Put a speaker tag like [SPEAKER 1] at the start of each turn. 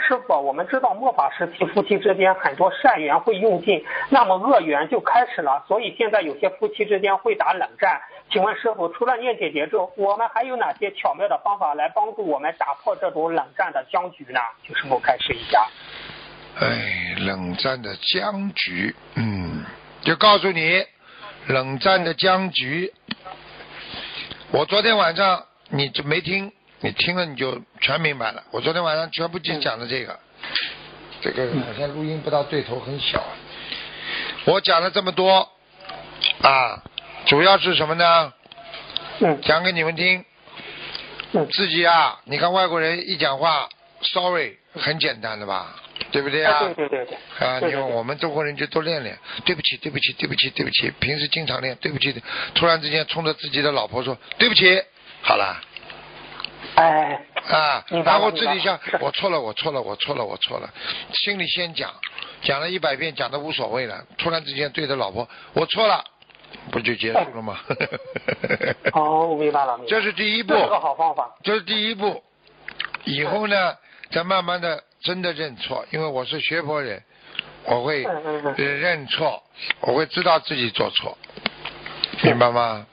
[SPEAKER 1] 师傅，我们知道末法时期夫妻之间很多善缘会用尽，那么恶缘就开始了，所以现在有些夫妻之间会打冷战。请问师傅，除了念姐姐咒，我们还有哪些巧妙的方法来帮助我们打破这种冷战的僵局呢？请师傅开示一下。
[SPEAKER 2] 哎，冷战的僵局，嗯，就告诉你，冷战的僵局。我昨天晚上你就没听，你听了你就全明白了。我昨天晚上全部就讲的这个，这个好像录音不大对头，很小。啊我讲了这么多啊，主要是什么呢？
[SPEAKER 1] 嗯
[SPEAKER 2] 讲给你们听
[SPEAKER 1] 嗯。
[SPEAKER 2] 自己啊，你看外国人一讲话，sorry，很简单的吧，对不对啊？
[SPEAKER 1] 哎对 对对对。
[SPEAKER 2] 啊，
[SPEAKER 1] 对
[SPEAKER 2] 你
[SPEAKER 1] 对
[SPEAKER 2] 看
[SPEAKER 1] 对
[SPEAKER 2] 我们中国人就多练练，对不起，对不起，对不起，对不起，平时经常练，对不起，突然之间冲着自己的老婆说对不起，好了
[SPEAKER 1] 哎，
[SPEAKER 2] 啊，
[SPEAKER 1] 明白了
[SPEAKER 2] 然后自己
[SPEAKER 1] 明白
[SPEAKER 2] 想
[SPEAKER 1] 了是
[SPEAKER 2] 我错了，我错了，我错了，我错了，心里先讲，讲了一百遍，讲的无所谓了，突然之间对着老婆我错了，不就结束 了吗？
[SPEAKER 1] 哦，我明白了，明白了
[SPEAKER 2] 这是第一步
[SPEAKER 1] 这是个好方法。
[SPEAKER 2] 这是第一步。以后呢，再慢慢的真的认错，因为我是学佛人，我会
[SPEAKER 1] 嗯嗯嗯
[SPEAKER 2] 呃认错，我会知道自己做错，明白吗？